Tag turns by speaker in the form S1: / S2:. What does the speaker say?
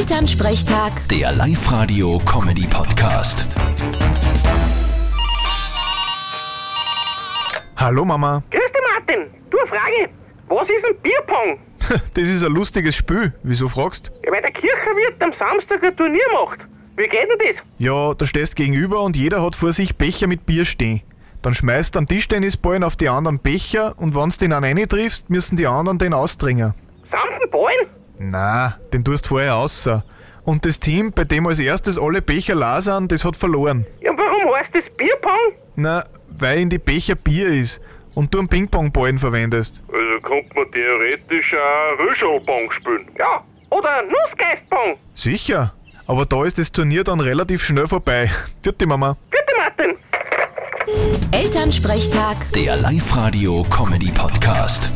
S1: Elternsprechtag,
S2: Der Live-Radio-Comedy-Podcast.
S3: Hallo Mama,
S4: Grüß dich, Martin. Du, eine Frage. Was ist ein Bierpong?
S3: das ist ein lustiges Spiel. Wieso fragst?
S4: Ja, weil der Kirchenwirt am Samstag ein Turnier macht. Wie geht denn das?
S3: Ja, da stehst gegenüber und jeder hat vor sich Becher mit Bier stehen. Dann schmeißt du einen Tischtennisballen auf die anderen Becher und wenn's den an eine triffst, müssen die anderen den ausdringen.
S4: Samt den Ballen?
S3: Na, den tust vorher außer. Und das Team, bei dem als erstes alle Becher lasern, das hat verloren.
S4: Ja, und warum heißt das Bierpong?
S3: Na, weil in die Becher Bier ist und du einen Ping-Pong-Ballen verwendest.
S5: Also könnte man theoretisch auch Röschelbank spielen.
S4: Ja, oder Nussgeistpong.
S3: Sicher, aber da ist das Turnier dann relativ schnell vorbei. Vierte Mama.
S4: Bitte, Martin.
S1: Elternsprechtag.
S2: Der Live-Radio-Comedy-Podcast.